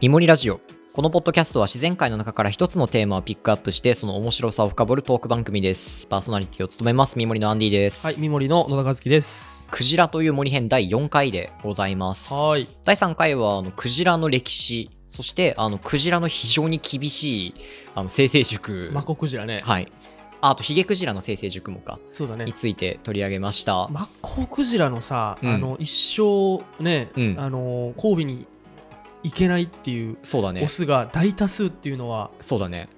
イモリラジオ。このポッドキャストは自然界の中から一つのテーマをピックアップして、その面白さを深掘るトーク番組です。パーソナリティを務めます、ミモリのアンディです。はい、三森の野田和樹です。クジラという森編第4回でございます。はい。第3回はあのクジラの歴史、そしてあのクジラの非常に厳しいあの生成塾、マコクジラね。はい、ああとヒゲクジラの生成塾もか、そうだねに。ついて取り上げました。マコクジラのさ、うんあの一生ね、うんあの神戸に行けないっていうそうだねオ、スが大多数っていうのはそうだね、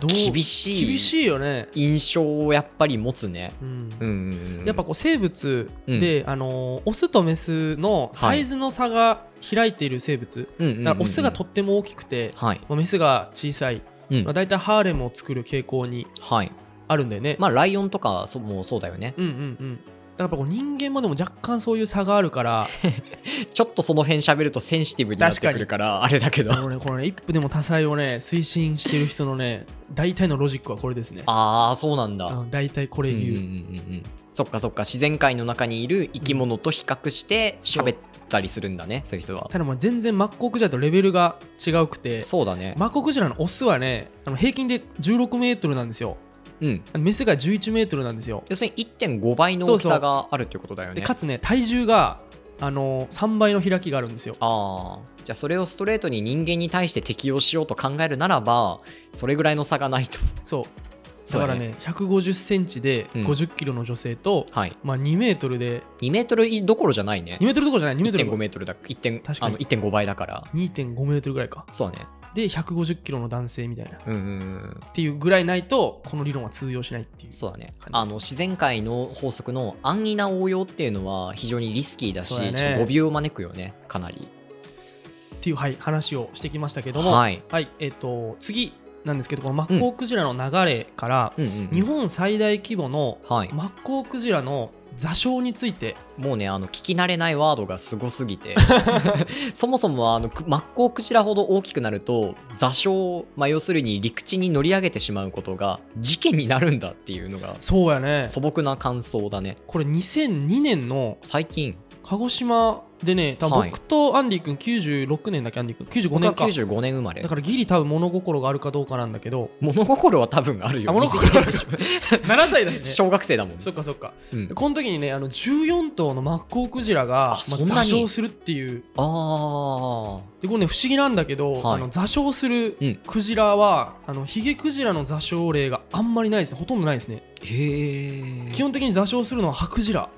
どう厳しい厳しいよね。印象をやっぱり持つね。うん。うんうんうん、やっぱこう生物で、あのオスとメスのサイズの差が開いている生物、うんうんうんうん、だからオスがとっても大きくて、はい、まあメスが小さい、うんまあ、大体ハーレムを作る傾向にはい、あるんだよね、まあライオンとかそもうそうだよね。うんうんうんだからやっぱこう人間もでも若干そういう差があるからちょっとその辺喋るとセンシティブになってくるからあれだけ ど。このねこのね一夫でも多妻をね推進してる人のね大体のロジックはこれですねああそうなんだ。うん大体これうんうん言う、うんうんそっかそっか自然界の中にいる生き物と比較して喋ったりするんだねそういう人はただもう全然マッコウクジラとレベルが違うくてそうだねマッコウクジラのオスはねあの平均で16メートルなんですようんメスが11メートルなんですよ要するに1.5倍の大きさがあるっていうことだよでねかつね体重があの3倍の開きがあるんですよああじゃあそれをストレートに人間に対して適用しようと考えるならばそれぐらいの差がないとそうそだうかだらねね150センチでうん50キロの女性と、はいまあ2メートルで2メートルどころじゃないね2メートルどころじゃない2メートル1.5メートルだ1.5確かあにの1.5倍だから2.5メートルぐらいかそうだねで150キロの男性みたいなっうんうんうんていうぐらいないとこの理論は通用しないっていうそうだね感じですあの自然界の法則の安易な応用っていうのは非常にリスキーだしそうだねちょっと誤謬を招くよねかなりっていう、はい、話をしてきましたけどもはい、はい、えっ、と次なんですけどこのマッコウクジラの流れから、うんうんうん日本最大規模のはい、マッコウクジラの座礁についてもうねあの聞き慣れないワードがすごすぎて そもそもあのくマッコウクジラほど大きくなると座礁、まあ、要するに陸地に乗り上げてしまうことが事件になるんだっていうのがそうやね素朴な感想だねこれ2002年の最近鹿児島でね多は分い僕とアンディ君96年だっけアンディ君95僕は年か95年生まれだからギリ多分物心があるかどうかなんだけ ど物心は多分あるよあ物心ある7歳だし ね小学生だもん、 そっかそっかうんこの時にねあの14頭のマッコウクジラが、まあ、あそんなに座礁するっていうああでこれね不思議なんだけど、はいあの座礁するうんクジラは、あのヒゲクジラの座礁例があんまりないですねほとんどないですねへえ基本的に座礁するのはハクジラ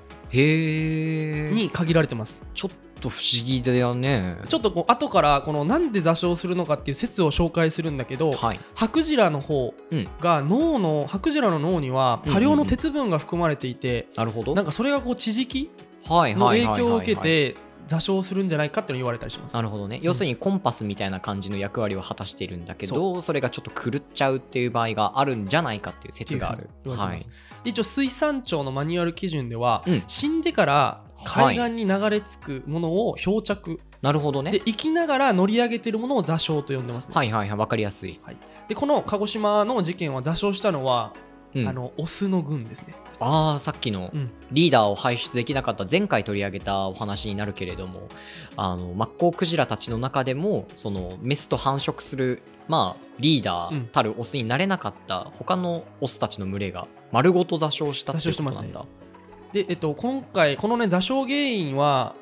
へえに限られてますちょっと不思議だよねちょっとこう後からこのなんで座礁するのかっていう説を紹介するんだけどはいハクジラの方うんが脳のハクジラの脳には多量の鉄分が含まれていて、なるほどなんかそれがこう地磁気はいのはい影はいはいはい響を受けて座礁するんじゃないかっていうのを言われたりしますなるほどね要するにコンパスみたいな感じの役割を果たしているんだけど、それがちょっと狂っちゃうっていう場合があるんじゃないかっていう説があるっていうふうに言わはれいてで一応水産庁のマニュアル基準では、うん死んでから海岸に流れ着くものを漂着、なるほどねで生きながら乗り上げてるものを座礁と呼んでますね、はいはいはいわかりやすい、でこの鹿児島の事件は座礁したのは、うん、あのオスの群ですねあーさっきのうんリーダーを輩出できなかった前回取り上げたお話になるけれどもあのマッコウクジラたちの中でもそのメスと繁殖する、まあ、リーダうんーたるオスになれなかった他のオスたちの群れが丸ごと座礁したっていうことなんだ、で、えっと、今回このね座礁原因は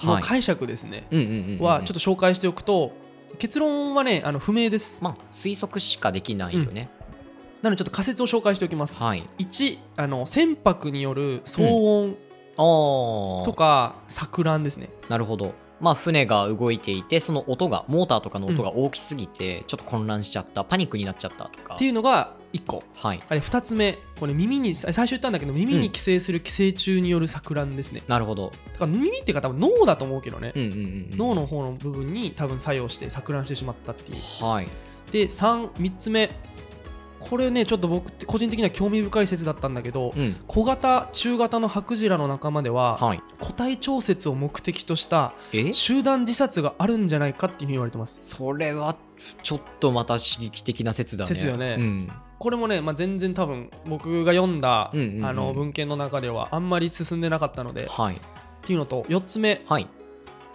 のはい解釈ですね、うんうんうんうんうんはちょっと紹介しておくと結論はねあの不明です、まあ推測しかできないよね、なのでちょっと仮説を紹介しておきますはい1あの船舶による騒音あーとか錯乱ですね、なるほどまあ船が動いていてその音がモーターとかの音が大きすぎてちょっと混乱しちゃったパニックになっちゃったとかっていうのが1個はいあれ2つ目これ耳にさ最初言ったんだけど耳に寄生する寄生虫による錯乱ですね、なるほどだから耳っていうか多分脳だと思うけどね、うんうんうんうん脳の方の部分に多分作用して錯乱してしまったっていうはいで33つ目これねちょっと僕って個人的には興味深い説だったんだけど、うん小型中型のハクジラの仲間では、はい個体調節を目的としたえ集団自殺があるんじゃないかっていうふうに言われてますそれはちょっとまた刺激的な説だね説よねうん、これもね、まあ、全然多分僕が読んだ、うんうんうんあの文献の中ではあんまり進んでなかったのでっはいていうのと4つ目はい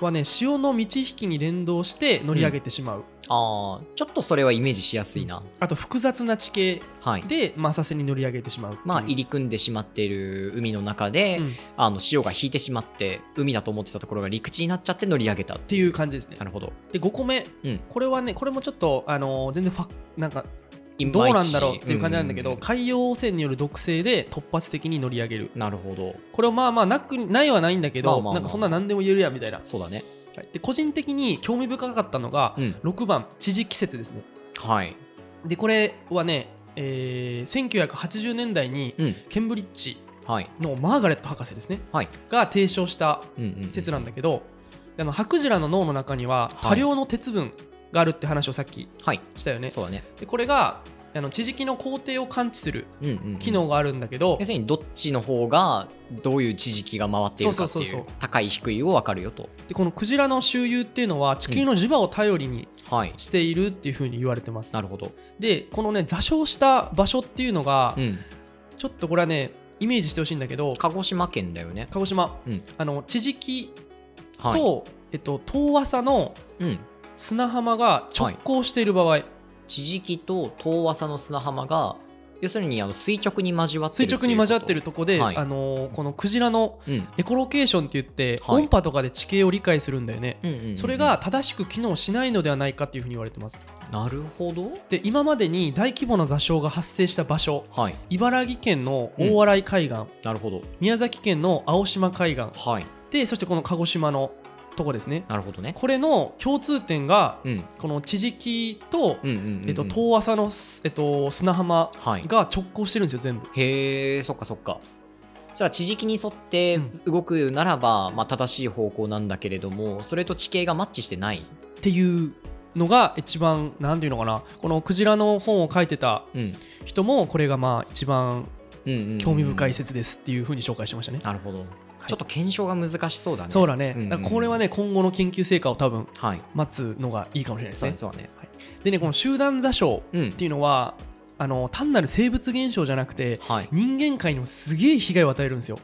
はね潮の満ち引きに連動して乗り上げてしまう、あーちょっとそれはイメージしやすいな、あと複雑な地形はいで摩擦に乗り上げてしまうっていうまあ入り組んでしまっている海の中で、うんっあの潮が引いてしまって海だと思ってたところが陸地になっちゃって乗り上げたっていう感じですねなるほどで5個目、うんこれはねこれもちょっとあのー全然ファなんかいまいちどうなんだろうっていう感じなんだけど、う海洋汚染による毒性で突発的に乗り上げるなるほどこれをまあまあなくないはないんだけど、まあまあまあなんかそんな何でも言えるやみたいな、そうだねはいで個人的に興味深かったのが、うん6番「知事季節」ですねはいでこれはね、えー1980年代にうんケンブリッジはいのマーガレット博士ですね、はいが提唱したうんうんうん説なんだけど、あのハクジラの脳の中にははい多量の鉄分があるって話をさっきはいしたよね、そうだねでこれがあの地磁気の工程を感知するうんうんうん機能があるんだけど、要するにどっちの方がどういう地磁気が回っているかってそういそうそううそう高い低いを分かるよとでこのクジラの周遊っていうのは地球の磁場を頼りにはいしているっていうふうに言われてます、なるほどでこのね座礁した場所っていうのが、うんちょっとこれはねイメージしてほしいんだけど鹿児島県だよね鹿児島、うんあの地磁気はいと、えっと、遠浅のうん砂浜が直行している場合、地磁気と遠浅の砂浜が要するにあの垂直に交わってる垂直に交わってるととこで、はいあのーこのクジラのいうこエコロケーションって言って、はい音波とかで地形を理解するんだよね、と、うんうんうんうんそれが正しく機能しないのではないかっていうふうに言われてますなるほどで今までに大規模な座礁が発生した場所はい茨城県の大洗海岸、なるほど宮崎県の青島海岸はいでそしてこの鹿児島のとこですねなるほどねこれの共通点がうんこの地磁気と、うんうんうんうんえっと、遠浅のす、えっと、砂浜はいが直行してるんですよ全部へえそっかそっかそしたら地磁気に沿ってうん動くならば、まあ、正しい方向なんだけれどもそれと地形がマッチしてないっていうのが一番なんていうのかなこのクジラの本を書いてたうん人もこれがまあ一番うんうんうん興味深い説ですっていうふうに紹介してましたね、なるほど、ちょっと検証が難しそうだねそうだね、うんうんだからこれはね今後の研究成果を多分はい待つのがいいかもしれないですそうだねねそうだねでねこの集団座礁うんっていうのはあの単なる生物現象じゃなくてはい人間界にもすげえ被害を与えるんですよ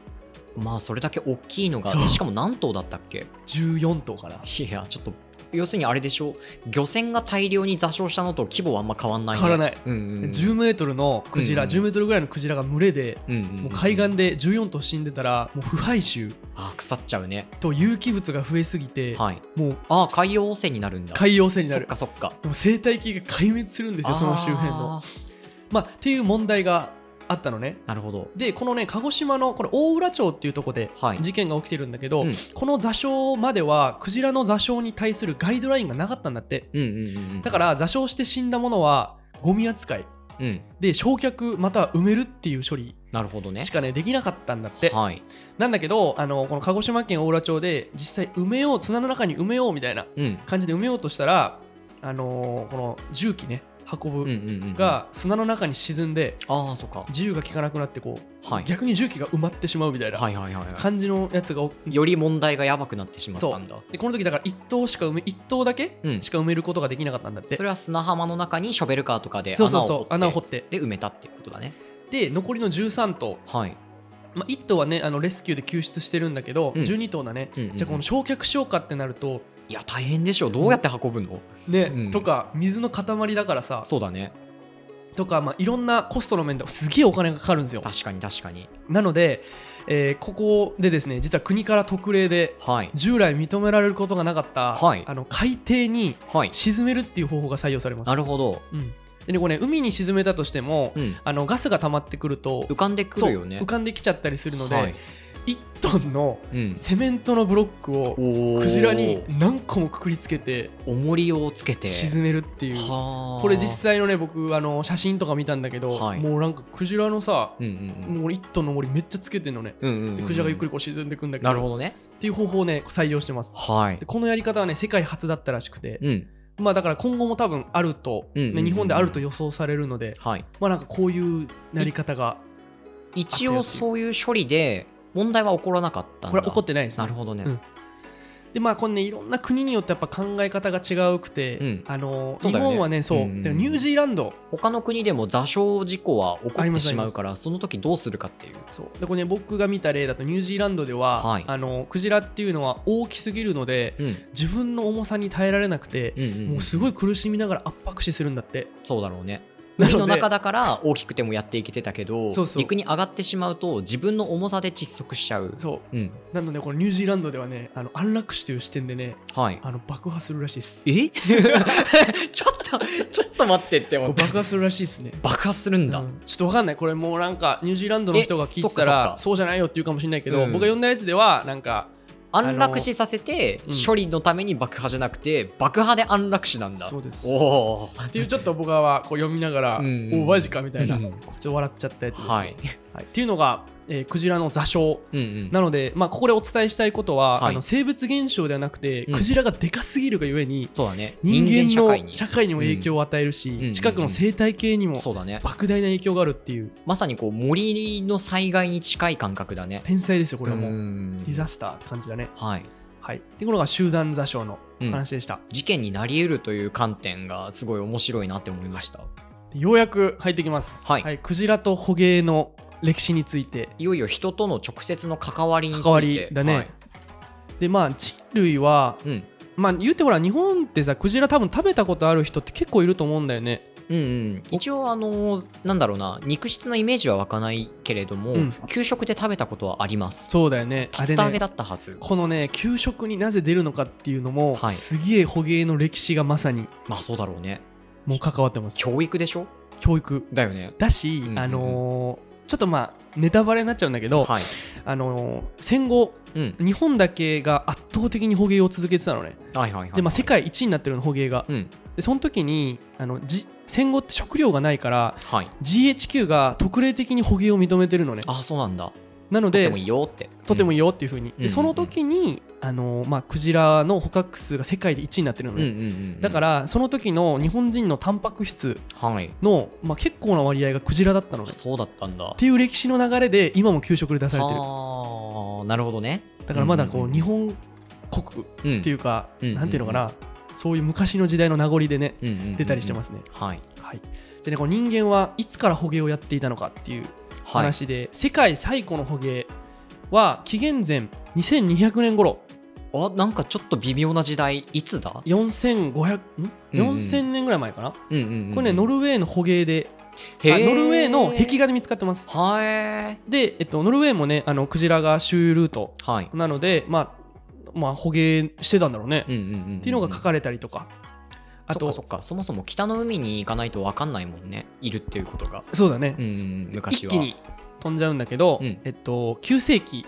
まあそれだけ大きいのがそうしかも何頭だったっけ14頭からいやちょっと要するにあれでしょ漁船が大量に座礁したのと規模はあんま変わんないね変わらないうんうんうん10メートルのクジラ、うん10メートルぐらいのクジラが群れで、うんうんうんもう海岸で14頭死んでたらもう腐敗臭あ腐っちゃうねと有機物が増えすぎて、はいもうあ海洋汚染になるんだ海洋性になそっるかそっかでも生態系が壊滅するんですよその周辺の。あーまあ、っていう問題があったのね。なるほどでこのね鹿児島のこれ大浦町っていうとこではい事件が起きてるんだけうど、んこの座礁まではクジラの座礁に対するガイドラインがなかったんだってうんうんうんうんだから座礁して死んだものはゴミ扱いうんで焼却または埋めるっていう処理なるほどねしかねできなかったんだってはいなんだけどあのこの鹿児島県大浦町で実際埋めよう綱の中に埋めようみたいなうん感じで埋めようとしたら、あのーこの重機ね運うんうぶんうんが砂の中に沈んでああそっか自由が利かなくなってこう、はい逆に重機が埋まってしまうみたいなはいはいはいは感じのやつが起きいより問題がやばくなってしまったんだでこの時だから1頭しか埋め一頭だけうんしか埋めることができなかったんだって、それは砂浜の中にショベルカーとかでそうそうそう穴穴をを掘掘っっててで埋めたっていうことだねで残りの13頭、はい、まあ、1頭はねあのレスキューで救出してるんだけど、うん12頭だねうんうんじゃあこの焼却しようかってなるといや大変でしょどうやって運ぶの、ね、うんとか水の塊だからさそうだねとか、まあ、いろんなコストの面ですげえお金がかかるんですよ確かに確かになので、えーここでですね実は国から特例ではい従来認められることがなかった、はいあの海底にはい沈めるっていう方法が採用されます。なるほど、うんでねこれ海に沈めたとしても、うん、あのガスが溜まってくると浮かんでくるよねそう浮かんできちゃったりするので、はい1トンのうん、セメントのブロックをおークジラに何個もくくりつけて重りをつけて沈めるっていう。はあこれ実際のね僕あの写真とか見たんだけど、はいもうなんかクジラのさ、うんもう1トンの重りめっちゃつけてんのね、うんうんうんうんうでんクジラがゆっくりこう沈んでくんだけどなるほどねっていう方法をね採用してますはいでこのやり方はね世界初だったらしくて、うんまあだから今後も多分あると、うんうんうんうんね、日本であると予想されるのではいまあなんかこういうなり方が一応そういう処理で問題は起こらなかったんだこれは起こってないですなねるほどね、うんでまあこれねいろんな国によってやっぱ考え方が違うくて、うんあのそうだ日よね本はねそううんうんうんでもニュージーランド他の国でも座礁事故は起こありっまてすしまうからその時どうするかっていうそうでこれね僕が見た例だとニュージーランドでは、はいあのクジラっていうのは大きすぎるのでうん自分の重さに耐えられなくて、うんうんもうすごい苦しみながら圧迫死するんだってそうだろうねなので海の中だから大きくてもやっていけてたけどそうそう陸に上がってしまうと自分の重さで窒息しちゃうそううんなのでこのニュージーランドではねあの安楽死という視点でねはい あの爆破するらしいですえちょっとちょっと待ってってこ思れって爆破するらしいですね爆破するんだ、うんちょっとわかんないこれもうなんかニュージーランドの人が聞いてえそたっかそらっそかうじゃないよって言うかもしれないけど、うん僕が読んだやつではなんか安楽死させてあのうん処理のために爆破じゃなくて、爆破で安楽死なんだそうですおおっていうちょっと僕はこう読みながら「うんおおマジか」みたいな、うんちょっと笑っちゃったやつですね、はいはいっていうのが、えークジラの座礁うんうんなので、まあ、ここでお伝えしたいことは、はいあの生物現象ではなくて、うんクジラがでかすぎるがゆえにそうだね人間社の会に社会にも影響を与えるし、うん近くの生態系にもそうだね莫大な影響があるっていうまさにこう森の災害に近い感覚だね天才ですよこれはもう、んディザスターって感じだねはいはいっていうのが集団座礁の話でした、事件になり得るという観点がすごい面白いなって思いました、でようやく入ってきます、はいクジラと捕鯨の歴史についてい、よいよ人との直接の関わりについて関わりだね、はいでまあ人類はうん、まあ言うてほら日本ってさクジラ多分食べたことある人って結構いると思うんだよねうんうん、一応あのなんだろうな肉質のイメージは湧かないけれども、うん給食で食べたことはありますそうだよねあ竜れ田揚げねだったはず、このね給食になぜ出るのかっていうのも、はいすげえ捕鯨の歴史がまさにまあそうだろうねもう関わってます教育でしょ教育だよねだし、うんうんあのーちょっとまあネタバレになっちゃうんだけど、はい、あのー戦後うん、日本だけが圧倒的に捕鯨を続けてたのねはいはいはいはいで、まあ、世界一位になってるの捕鯨がうんでその時にあのじ戦後って食料がないからはい GHQ が特例的に捕鯨を認めてるのねあそうなんだなのとっでてもいいよってとてもいいいよっていうふうに、うんうんでその時にあの、まあ、クジラの捕獲数が世界で1位になってるのうんうね、んうんうんだかららその時の日本人のタンパク質はいの、まあ、結構な割合がクジラだったのあねっそうだったんだていう歴史の流れで今も給食で出されてるああなるほどねだからまだうんこうんううん日本国うんっていうか、うんなんていうのかな、そういう昔の時代の名残でねうんうんうんうん出たりしてますね、はいはい、でねこの人間はいつから捕鯨をやっていたのかっていうはい話で、世界最古の捕鯨は紀元前2200年頃あなんかちょっと微妙な時代いつだ4500んうんうん4000年ぐらい前かな、うんうんうんこれねノルウェーの捕鯨であへーノルウェーの壁画で見つかってますはえで、えっと、ノルウェーもねあのクジラが周遊ルートはいなのでまあまあ捕鯨してたんだろうね、うんうんうんうんっていうのが書かれたりとかああととそっかそっかそもそも北の海に行かないと分かんないもんねいるっていうことが、そうだね、うんうんうん、昔一は気に飛んじゃうんだけど、うんえっと、9世紀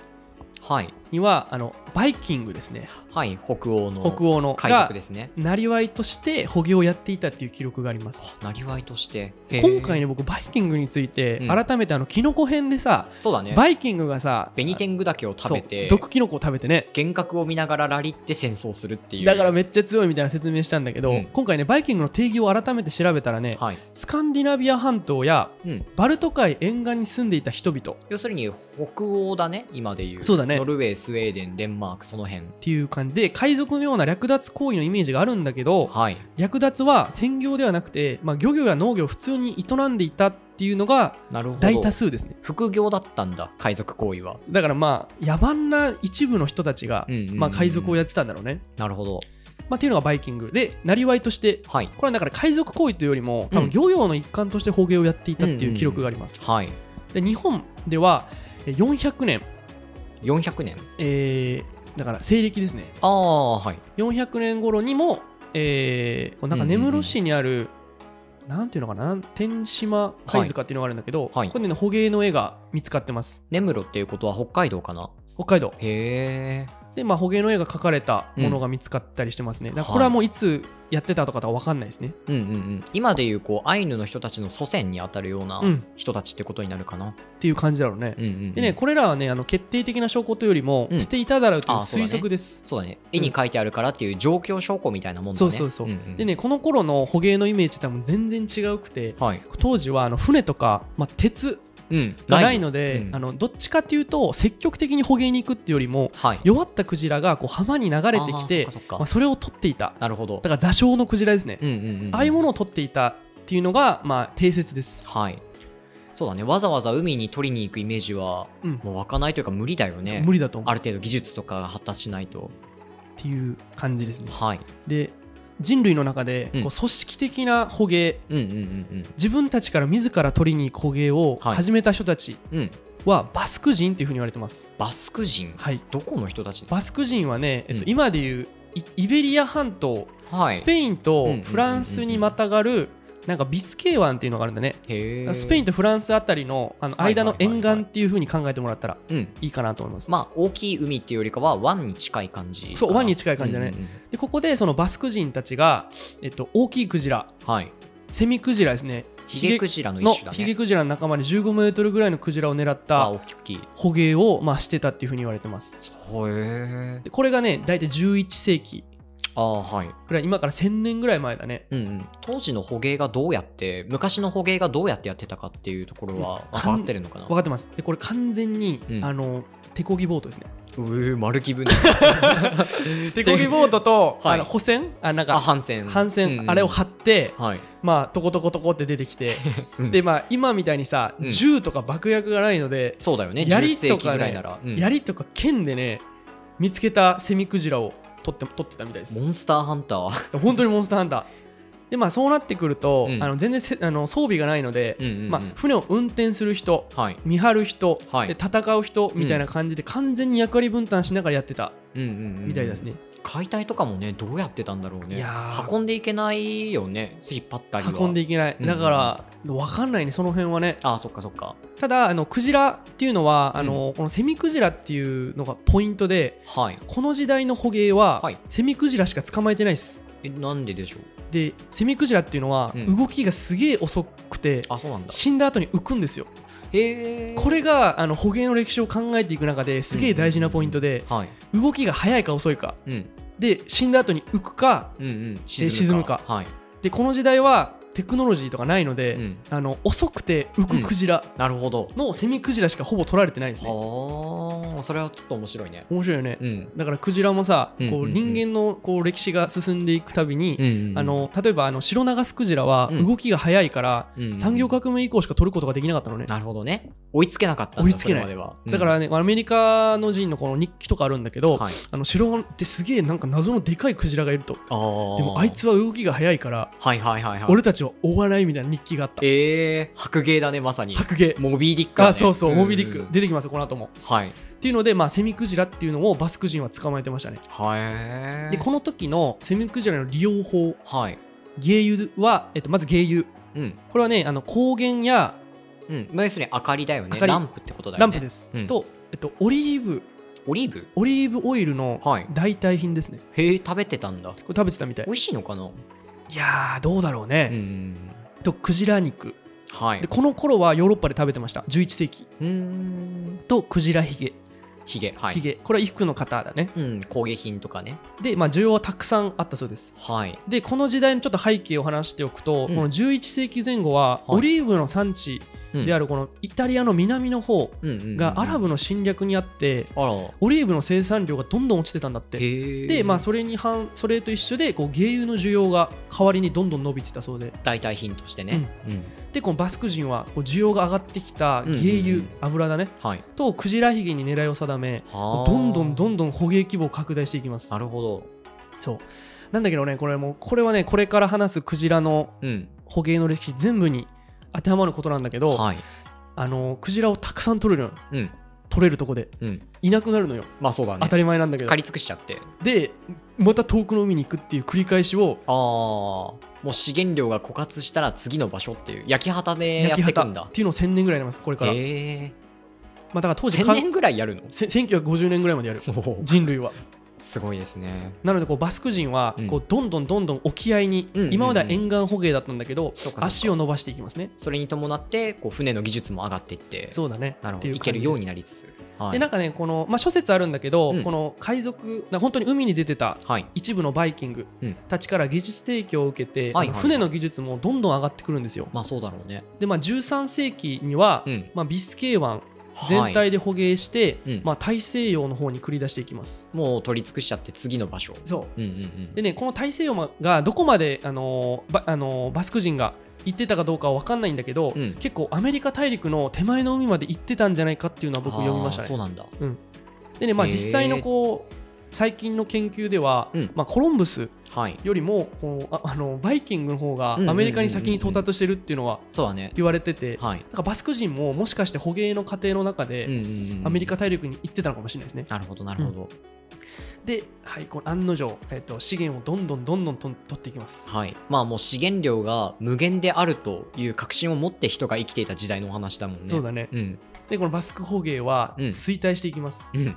はいにはあのバイキングですねはい北欧の北欧の海賊がですねなりわいとして捕鯨をやっていたっていう記録がありますあなりわいとしてへー今回ね僕バイキングについてうん改めてあのキノコ編でさ、そうだねバイキングがさベニテングだけを食べてそう毒キノコを食べてね幻覚を見ながらラリって戦争するっていうだからめっちゃ強いみたいな説明したんだけど、うん今回ねバイキングの定義を改めて調べたらね、はいスカンディナビア半島やうん、バルト海沿岸に住んでいた人々っ要するに北欧だね今でいうそうだねノルウェースウェーデンデンマークその辺ていう感じで海賊のような略奪行為のイメージがあるんだけど、はい略奪は専業ではなくて、まあ、漁業や農業を普通に営んでいたっていうのがなるほど大多数ですね副業だったんだ海賊行為はだからまあ野蛮な一部の人たちが、うんうんうんまあ、海賊をやってたんだろうね、なるほどまあ、っていうのがバイキングでなりわいとしてはいこれはだから海賊行為というよりも多うん分漁業の一環として捕鯨をやっていたっていう記録があります、はいで日本ではえ400年、 400年えーだから西暦ですねああはい400年頃にも、えーこうなんかうんうんうん根室市にある、なんていうのかな天島貝塚っていうのがあるんだけど、はいこれね捕鯨の絵が見つかってます根室っていうことは北海道かな北海道へえで、まあ、捕鯨の絵が描かれたものが見つかったりしてますね、だからこれはもういつやってたとかとは分かんないですね、うんうんうん今でいうこうアイヌの人たちの祖先にあたるようなうん人たちってことになるかな、っていう感じだろうね、うんうんうんでねこれらはねあの決定的な証拠というよりも、うんしていただろうというあそうだ推ね測です、そうだね絵に描いてあるからっていう状況証拠みたいなもんだねそうそうそうんんでねこの頃の捕鯨のイメージって多分全然違うくてはい当時はあの船とか、まあ、鉄ううん、がないので、うんあのどっちかっていうと積極的に捕鯨に行くっていうよりもはい弱ったクジラがこう浜に流れてきてあーそっかそっかまあ、それを取っていたなるほどだから座礁のクジラですね、うんうんうん、ああいうものを取っていたっていうのが、まあ、定説ですはいそうだねわざわざ海に取りに行くイメージは、うんもう湧かないというか無理だよね無理だと思うある程度技術とかが発達しないとっていう感じですねはいで人類の中でこううん組織的な捕鯨、うんうんうん自分たちから自ら取りに行く捕鯨をはい始めた人たちうんうんはバスク人っていうふうに言われてます、バスク人はい、どこの人たちですかバスク人はね、えっとうん今でいうイイベリア半島、はいスペインうんうんとうんうんフランスにまたがるなんかビスケー湾っていうのがあるんだねへースペインとフランスあたりのあのはいは間いはいはのい沿岸っていうふうに考えてもらったらうんいいかなと思います、まあ大きい海っていうよりかは湾に近い感じかなそう湾に近い感じだねうんうんでここでそのバスク人たちが、えっと、大きいクジラうんはいセミクジラですねヒゲクジラのの一種だヒゲねクジラの仲間に15メートルぐらいのクジラを狙っあた大きく大きい捕鯨をまあしてたっていうふうに言われてますそうへーでこれがね大体11世紀あーはいぐらい今から1000年ぐらい前だねうんうん、当時の捕鯨がどうやって昔の捕鯨がどうやってやってたかっていうところはうん分かってるのかな分かってますでこれ完全に、うんあの手漕ぎボートですねうえ丸気分 手漕ぎボートと、はいあの補船あなんあか反戦帆船、うんうんあれを張って、はい、まあトコトコトコって出て きてでまあ今みたいにさ、うん銃とか爆薬がないので、そうだよね槍10と世紀かぐらねいなら、うん槍とか剣でね見つけたセミクジラを取って取ってたみたいですモンスターハンター、本当にモンスターハンターでまあそうなってくると、うんあの全然せあの装備がないので、うんうんうんまあ、船を運転する人はい、見張る人、はいで戦う人みたいな感じで完全に役割分担しながらやってたうんうんうんみたいですね、解体とかもねどうやってたんだろうねいやー運んでいけないよね引っ張ったりは運んでいけないうんだから、わ分かんないねその辺はねあーそっかそっかただあのクジラっていうのはあの、このセミクジラっていうのがポイントではいこの時代の捕鯨は、はいセミクジラしか捕まえてないですえなんででしょうでセミクジラっていうのは、うん動きがすげえ遅くてあそうなんだ死んだ後に浮くんですよへえこれがあの捕鯨の歴史を考えていく中ですげえ大事なポイントで、はい動きが速いか遅いかうんで死んだ後に浮くかうんうん沈むかはい、でこの時代はテクノロジーとかないので、うん、あの遅くて浮くクジラなるほどのセミクジラしかほぼ取られてないですね、はあそれはちょっと面白いね面白いよね、うんだからクジラもさ、うんこうんううん人間のこう歴史が進んでいくたびに、うんあの例えばあのシロナガスクジラはうん動きが速いから、うん産業革命以降しか取ることができなかったのね、なるほどね追いつけなかったんだ追いつけないそれまでは、うんだからねアメリカの人のこの日記とかあるんだけど、はい、あのシロってすげえなんか謎のでかいクジラがいるとあーでもあいつは動きが速いからはいはいはいはい俺たちは追わないみたいな日記があったえー、白芸だねまさに白鯨モビーディックだねあそうそう、んモビディック出てきますよこの後もはいっていうので、まあ、セミクジラっていうのをバスク人は捕まえてましたねはいでこの時のセミクジラの利用法はい鯨油は、えっと、まず鯨油うんこれはねあの光源やうんまあ、要するに明かりだよね明かりランプってことだよねランプですす、うんと、えっと、オリーブオリーブオリーブオイルのはい代替品ですね、へえ食べてたんだこれ食べてたみたい美味しいのかないやーどうだろううね、んとクジラ肉はいでこの頃はヨーロッパで食べてました11世紀うーんとクジラヒゲヒゲはいヒゲこれは衣服の方だねうん工芸品とかねで、まあ、需要はたくさんあったそうですはいでこの時代のちょっと背景を話しておくと、うんこの11世紀前後ははいオリーブの産地であるるこのイタリアの南の方がアラブの侵略にあってあらオリーブの生産量がどんどん落ちてたんだってへえでまあそれに反それと一緒でこう鯨油の需要が代わりにどんどん伸びてたそうで代替品としてね、うんでこのバスク人はこう需要が上がってきた鯨油、うんうんうん油だねはいとクジラヒゲに狙いを定めどはんどんどんんどん捕鯨規模を拡大していきますなるほどそうなんだけどねこれもうこれはねこれから話すクジラのうん捕鯨の歴史全部に当てはまることなんだけど、はいあのクジラをたくさん取れるのうん取れるとこでうんいなくなるのよ、まあそうだね当たり前なんだけど借り尽くしちゃってでまた遠くの海に行くっていう繰り返しをああもう資源量が枯渇したら次の場所っていう焼き畑でや焼っきてい畑くんだっていうのを1000年ぐらいになりますこれから、へえまあ、だから当時1000年ぐらいやるのせ1950年ぐらいまでやるおお人類はすごいですねなのでこうバスク人はうんこうどんどんどんどん沖合に、うんうんうん今までは沿岸捕鯨だったんだけど、そうかそうか足を伸ばしていきますねそれに伴ってこう船の技術も上がっていってそうだねなるほってどいう行ける感じですようになりつつはいでなんかねこの、まあ、諸説あるんだけど、うんこの海賊な本当に海に出てたはい一部のバイキングうんたちから技術提供を受けて、はいあのはい船の技術もどんどん上がってくるんですよ。まあそうだろうねで、まあ、13世紀には、うんまあ、ビスケー湾は全い体で捕鯨して、うんまあ、大西洋の方に繰り出していきます。もう取り尽くしちゃって次の場所そううんうんうんでねこの大西洋がどこまで、あのーバあのーバスク人が行ってたかどうかは分かんないんだけど、うん結構アメリカ大陸の手前の海まで行ってたんじゃないかっていうのは僕読みましたあーそうね。なんだでね、まあ、へー実際のこう最近の研究では、うんまあ、コロンブスはいよりもこのああのバイキングの方うんうがんうんうんアメリカに先に到達してるっていうのはそうだね言われてて、はいなんかバスク人ももしかして捕鯨の過程の中うんでうんうんアメリカ大陸に行ってたのかもしれないですね。なるほどなるほどで、はい、この案の定、えっと資源をどんどんどんどんと取っていきます。はいまあもう資源量が無限であるという確信を持って人が生きていた時代のお話だもんねそうだねうんでこのバスク捕鯨はうん衰退していきます、うんうん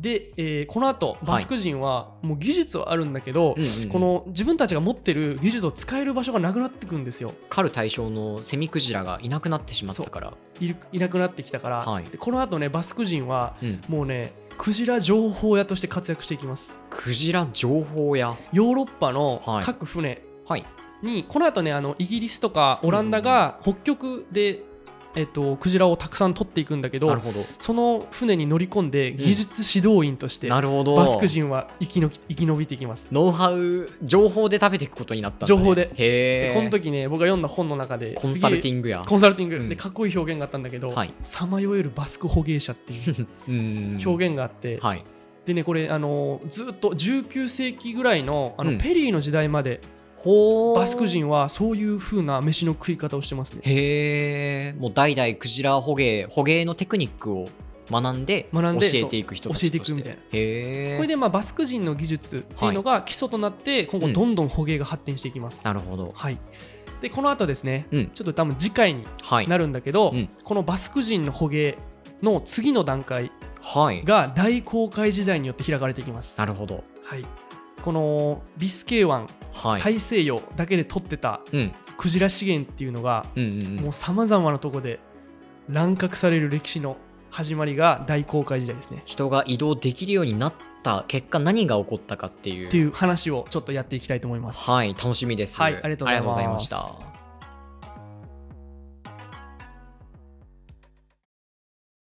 で、えーこの後バスク人はもう技術はあるんだけど、うんうんこの自分たちが持ってる技術を使える場所がなくなってくんですよ狩る対象のセミクジラがいなくなってしまったからいるいなくなってきたから、はいでこの後ねバスク人はうんもうねクジラ情報屋として活躍していきますクジラ情報屋ヨーロッパのはい各船はいに、この後ねあのイギリスとかオランダが北極で、えっとクジラをたくさん取っていくんだけなるほどどその船に乗り込んで技術指導員としてなるほどバスク人は生きのき生き延びていきます。ノウハウ情報で食べていくことになったんだ、ね、情報でへでえこの時ね僕が読んだ本の中でコンサルティンィングやコンサルティング、うんでかっこいい表現があったんだけどはい「さまよえるバスク捕鯨者」っていううん表現があって、はいでねこれあのーずっと19世紀ぐらいのあの、うんペリーの時代までほバスク人はそういう風な飯の食い方をしてますね。へえもう代々クジラ捕鯨捕鯨のテクニックを学んで学んで教えていく人たそちう教えていとくしみてたいなへえこれでまあバスク人の技術っていうのが基礎となって今後どんどん捕鯨が発展していきます。なるほどはい、でこの後ですね、うんちょっと多分次回にはいなるんだけど、うんこのバスク人の捕鯨の次の段階はいが大航海時代によって開かれていきます。なるほどはい、このビスケー湾、はい、大西洋だけで取ってたうんクジラ資源っていうのが、うんうんうんもうさまざまなとこで乱獲される歴史の始まりが大航海時代ですね。人が移動できるようになった結果何が起こったかっていうっていう話をちょっとやっていきたいと思います。はい楽しみですはいありがとうございますありがとうございました